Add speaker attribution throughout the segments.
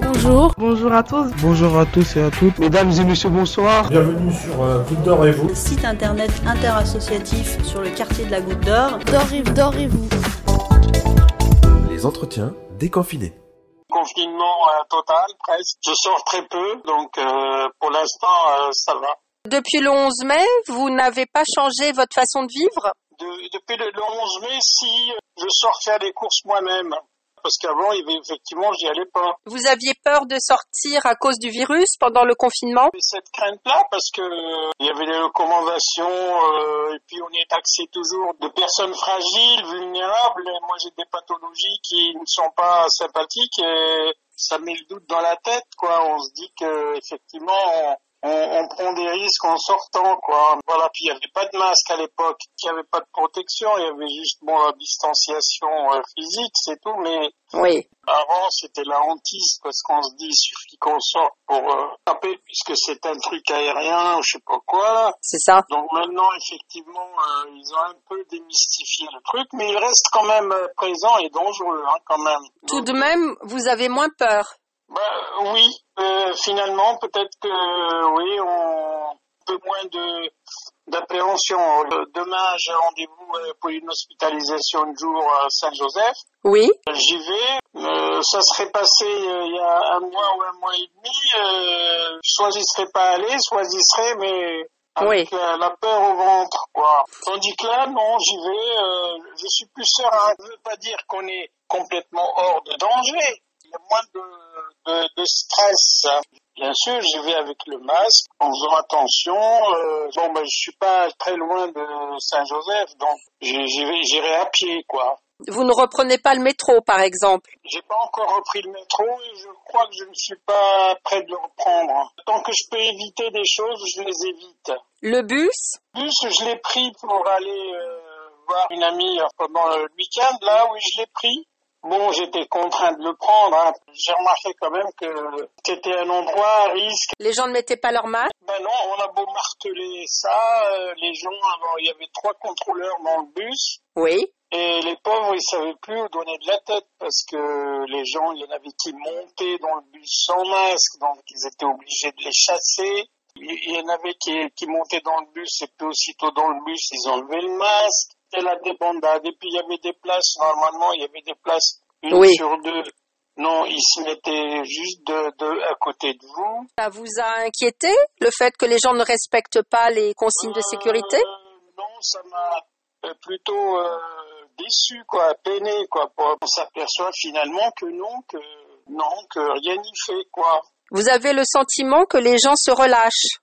Speaker 1: Bonjour.
Speaker 2: Bonjour à tous.
Speaker 3: Bonjour à tous et à toutes.
Speaker 4: Mesdames et messieurs, bonsoir.
Speaker 5: Bienvenue sur euh, Goutte d'Or et vous.
Speaker 6: Site internet interassociatif sur le quartier de la Goutte d'Or.
Speaker 1: D'or et vous.
Speaker 7: Les entretiens déconfinés.
Speaker 8: Confinement euh, total presque. Je sors très peu, donc euh, pour l'instant euh, ça va.
Speaker 9: Depuis le 11 mai, vous n'avez pas changé votre façon de vivre
Speaker 8: De- depuis le le 11 mai, si euh, je sors faire des courses moi-même, parce qu'avant il y avait- effectivement j'y allais pas.
Speaker 9: Vous aviez peur de sortir à cause du virus pendant le confinement
Speaker 8: Et cette crainte-là, parce que euh, il y avait les recommandations euh, et puis on est taxé toujours de personnes fragiles, vulnérables. Et moi j'ai des pathologies qui ne sont pas sympathiques et ça met le doute dans la tête, quoi. On se dit que effectivement on, on- on prend des risques en sortant, quoi. Voilà. Puis il n'y avait pas de masque à l'époque, il n'y avait pas de protection, il y avait juste bon la distanciation euh, physique, c'est tout. Mais
Speaker 9: Oui.
Speaker 8: avant, c'était la hantise parce qu'on se dit il suffit qu'on sorte pour euh, taper puisque c'est un truc aérien ou je sais pas quoi. là.
Speaker 9: C'est ça.
Speaker 8: Donc maintenant, effectivement, euh, ils ont un peu démystifié le truc, mais il reste quand même euh, présent et dangereux hein, quand même.
Speaker 9: Tout de même, vous avez moins peur.
Speaker 8: Bah, oui, euh, finalement, peut-être que euh, oui, on un peu moins de d'appréhension. Euh, Demain, j'ai rendez-vous euh, pour une hospitalisation de jour à Saint-Joseph.
Speaker 9: Oui.
Speaker 8: J'y vais. Euh, ça serait passé euh, il y a un mois ou un mois et demi. Euh, soit j'y serais pas allé, soit j'y serais, mais avec euh, la peur au ventre, quoi. Tandis que là, non, j'y vais. euh, je suis plus serein. Je veux pas dire qu'on est complètement hors de danger. Il y a moins de, de, de stress. Bien sûr, j'y vais avec le masque, en faisant attention. Euh, bon, ben, je suis pas très loin de Saint-Joseph, donc j'y j'y vais, j'irai à pied, quoi.
Speaker 9: Vous ne reprenez pas le métro, par exemple.
Speaker 8: J'ai pas encore repris le métro et je crois que je ne suis pas prêt de le reprendre. Tant que je peux éviter des choses, je les évite.
Speaker 9: Le bus
Speaker 8: Plus je l'ai pris pour aller euh, voir une amie euh, pendant le week-end, là oui je l'ai pris. Bon, j'étais contraint de le prendre. hein. J'ai remarqué quand même que c'était un endroit à risque.
Speaker 9: Les gens ne mettaient pas leur masque
Speaker 8: Ben non, on a beau marteler ça, euh, les gens, avant, il y avait trois contrôleurs dans le bus.
Speaker 9: Oui.
Speaker 8: Et les pauvres, ils savaient plus où donner de la tête parce que les gens, il y en avait qui montaient dans le bus sans masque, donc ils étaient obligés de les chasser. Il il y en avait qui, qui montaient dans le bus et puis aussitôt dans le bus, ils enlevaient le masque. C'était la débandade. Et puis il y avait des places, normalement, il y avait des places une
Speaker 9: Oui.
Speaker 8: sur deux. Non, ils se mettaient juste de, de, à côté de vous.
Speaker 9: Ça vous a inquiété le fait que les gens ne respectent pas les consignes de sécurité
Speaker 8: Euh, Non, ça m'a euh, plutôt euh, déçu, quoi, peiné, quoi. Pour- On s'aperçoit finalement que non, que non, que rien n'y fait, quoi.
Speaker 9: Vous avez le sentiment que les gens se relâchent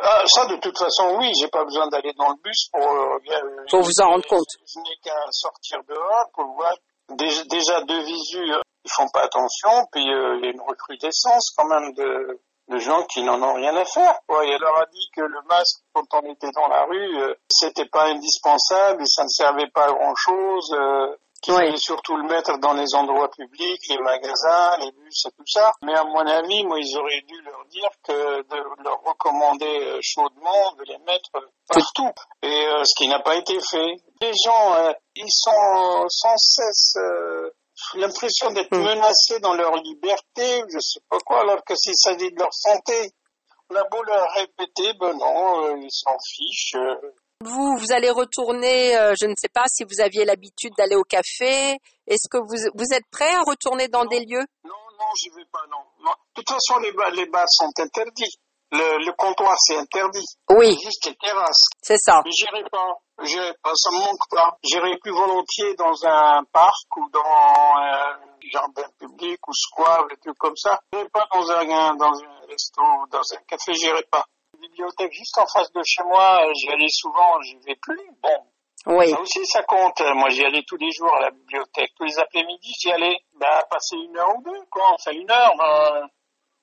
Speaker 8: Ah, ça, de toute façon, oui, j'ai pas besoin d'aller dans le bus pour, euh, euh,
Speaker 9: Pour vous en rendre compte.
Speaker 8: Je n'ai qu'à sortir dehors pour voir. Déjà, déjà de visu, euh, ils font pas attention, puis euh, il y a une recrudescence quand même de, de gens qui n'en ont rien à faire. Quoi. Et elle leur a dit que le masque, quand on était dans la rue, euh, c'était pas indispensable, et ça ne servait pas à grand-chose. euh, qu'il
Speaker 9: Oui.
Speaker 8: fallait surtout le mettre dans les endroits publics, les magasins, les bus et tout ça. Mais à mon avis, moi, ils auraient dû leur dire que de leur recommander euh, chaudement de les mettre partout. Et euh, ce qui n'a pas été fait. Les gens, euh, ils sont euh, sans cesse euh, l'impression d'être
Speaker 9: Mm.
Speaker 8: menacés dans leur liberté, je sais pas quoi, alors que s'il s'agit de leur santé, on a beau leur répéter, ben non, euh, ils s'en fichent. euh,
Speaker 9: Vous, vous allez retourner, euh, je ne sais pas si vous aviez l'habitude d'aller au café. Est-ce que vous, vous êtes prêt à retourner dans des lieux
Speaker 8: Non, non, j'y vais pas, non. non. De toute façon, les bars, les bars sont interdits. Le, le comptoir, c'est interdit.
Speaker 9: Oui,
Speaker 8: Juste les terrasses.
Speaker 9: c'est ça.
Speaker 8: Mais j'irai pas. J'irai pas, ça me manque pas. J'irai plus volontiers dans un parc ou dans euh, un jardin public ou square, des trucs comme ça. J'irai pas dans un, dans un resto ou dans un café, j'irai pas. Une bibliothèque juste en face de chez moi, euh, j'y allais souvent, j'y vais plus. Bon,
Speaker 9: Oui,
Speaker 8: ça aussi, ça compte. Moi, j'y allais tous les jours à la bibliothèque. Tous les après-midi, j'y allais bah, passer une heure ou deux, quoi. Enfin, une heure. euh,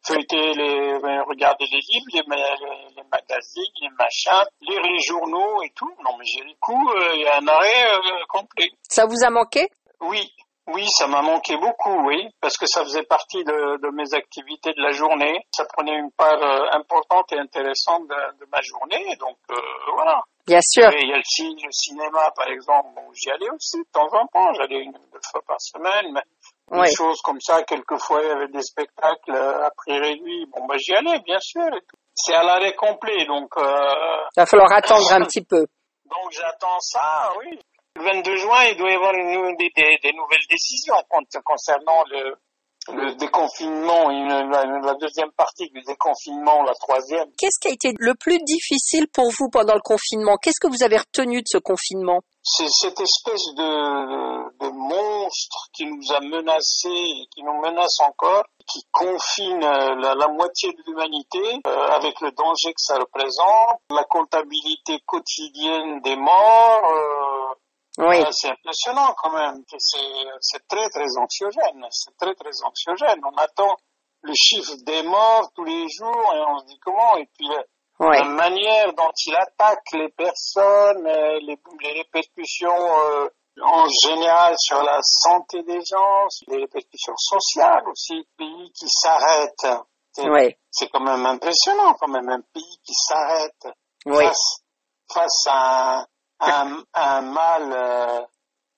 Speaker 8: feuilleter, les, euh, regarder les livres, les, ma- les- les magazines, les machins, lire les journaux et tout. Non, mais j'ai le coup, euh, il y a un arrêt euh, complet.
Speaker 9: ça vous a manqué
Speaker 8: Oui, oui, ça m'a manqué beaucoup, oui, parce que ça faisait partie de, de mes activités de la journée. Ça prenait une part euh, importante et intéressante de, de ma journée. Donc, euh, voilà.
Speaker 9: Bien sûr.
Speaker 8: Et il y a le, cin- le cinéma, par exemple, bon, j'y allais aussi de temps en temps, j'allais une deux fois par semaine, mais
Speaker 9: Ouais.
Speaker 8: des choses comme ça. Quelquefois, il y avait des spectacles euh, à prix réduit. Bon, bah, j'y allais, bien sûr. et tout. C'est à l'arrêt complet, donc, euh,
Speaker 9: Il va falloir attendre un petit peu.
Speaker 8: donc j'attends ça, oui. Le 22 juin, il doit y avoir une- des, des- des nouvelles décisions con- concernant le, le déconfinement, une- la, la deuxième partie du déconfinement, la troisième.
Speaker 9: Qu'est-ce qui a été le plus difficile pour vous pendant le confinement Qu'est-ce que vous avez retenu de ce confinement
Speaker 8: C'est cette espèce de, de monstre qui nous a menacés, et qui nous menace encore, qui confine euh, la, la moitié de l'humanité euh, avec le danger que ça représente, la comptabilité quotidienne des morts. euh,
Speaker 9: Oui,
Speaker 8: voilà, c'est impressionnant quand même. que C'est c'est très très anxiogène. C'est très très anxiogène. On attend le chiffre des morts tous les jours et on se dit comment. Et puis euh,
Speaker 9: ouais.
Speaker 8: la manière dont il attaque les personnes, euh, les, les répercussions euh, en général sur la santé des gens, sur les répercussions sociales aussi, le pays qui s'arrête. C'est
Speaker 9: Ouais.
Speaker 8: c'est quand même impressionnant, quand même, un pays qui s'arrête
Speaker 9: Oui,
Speaker 8: face, face à un, un- un mal euh,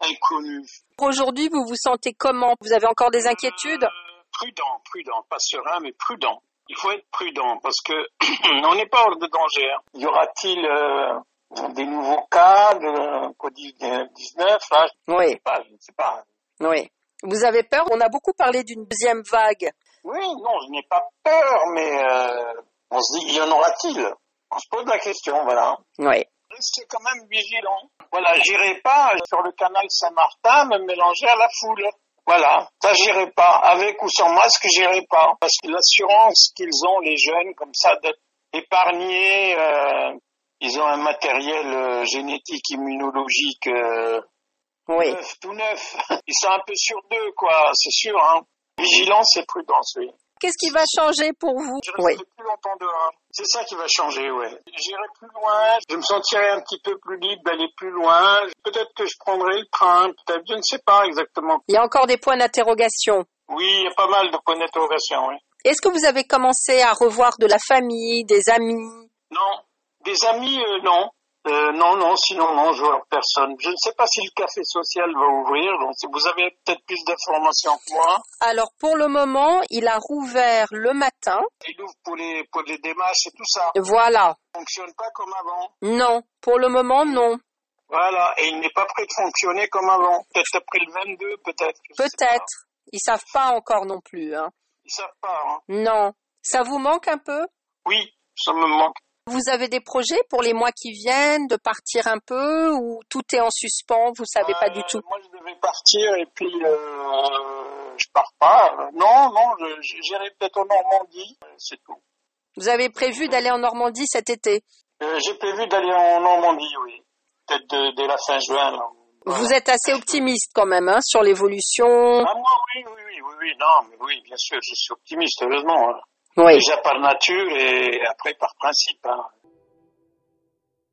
Speaker 8: inconnu.
Speaker 9: Aujourd'hui, vous vous sentez comment Vous avez encore des inquiétudes
Speaker 8: Prudent, prudent, pas serein, mais prudent. Il faut être prudent parce que on n'est pas hors de danger. hein. Y aura-t-il euh, des nouveaux cas de Covid-19 là, Je
Speaker 9: Oui,
Speaker 8: sais pas, je ne sais pas.
Speaker 9: oui. Vous avez peur On a beaucoup parlé d'une deuxième vague.
Speaker 8: Oui, non, je n'ai pas peur, mais euh, on se dit, y en aura-t-il On se pose la question, voilà.
Speaker 9: Oui,
Speaker 8: Restez quand même vigilant. Voilà, j'irai pas sur le canal Saint-Martin me mélanger à la foule. Voilà, ça j'irai pas. Avec ou sans masque, j'irai pas. Parce que l'assurance qu'ils ont, les jeunes, comme ça, d'être épargnés, euh, ils ont un matériel euh, génétique, immunologique, euh,
Speaker 9: oui.
Speaker 8: neuf, tout neuf. Ils sont un peu sur deux, quoi, c'est sûr. Hein. Vigilance et prudence, oui.
Speaker 9: Qu'est-ce qui va changer pour vous
Speaker 8: Je
Speaker 9: Oui,
Speaker 8: resterai plus longtemps dehors. C'est ça qui va changer, ouais. J'irai plus loin, je me sentirai un petit peu plus libre d'aller plus loin. Peut-être que je prendrai le train, peut-être, je ne sais pas exactement.
Speaker 9: il y a encore des points d'interrogation.
Speaker 8: Oui, il y a pas mal de points d'interrogation, oui.
Speaker 9: Est-ce que vous avez commencé à revoir de la famille, des amis
Speaker 8: Non, des amis, euh, non. Euh, non, non, sinon, non, je vois personne. Je ne sais pas si le café social va ouvrir, donc si vous avez peut-être plus d'informations que moi.
Speaker 9: Alors pour le moment, il a rouvert le matin.
Speaker 8: Il ouvre pour les, pour les démarches et tout ça.
Speaker 9: Voilà.
Speaker 8: ne fonctionne pas comme avant.
Speaker 9: Non, pour le moment, non.
Speaker 8: Voilà, et il n'est pas prêt de fonctionner comme avant. Peut-être après le 22, peut-être. je sais pas.
Speaker 9: Peut-être. Ils savent pas encore non plus. Hein.
Speaker 8: Ils savent pas. Hein.
Speaker 9: Non. Ça vous manque un peu
Speaker 8: Oui, ça me manque.
Speaker 9: Vous avez des projets pour les mois qui viennent de partir un peu ou tout est en suspens Vous savez pas du
Speaker 8: Euh,
Speaker 9: tout.
Speaker 8: Moi, je devais partir et puis euh, je pars pas. Non, non, je- je- j'irai peut-être en Normandie. Euh, C'est tout.
Speaker 9: Vous avez prévu d'aller en Normandie cet été.
Speaker 8: Euh, J'ai prévu d'aller en Normandie, oui. Peut-être de- dès la fin juin. là. Voilà.
Speaker 9: Vous êtes assez optimiste quand même hein, sur l'évolution.
Speaker 8: Ah, moi, oui, oui, oui, oui, oui, non, mais oui, bien sûr, je suis optimiste, heureusement. hein.
Speaker 9: Oui.
Speaker 8: Déjà par nature et après par principe. hein.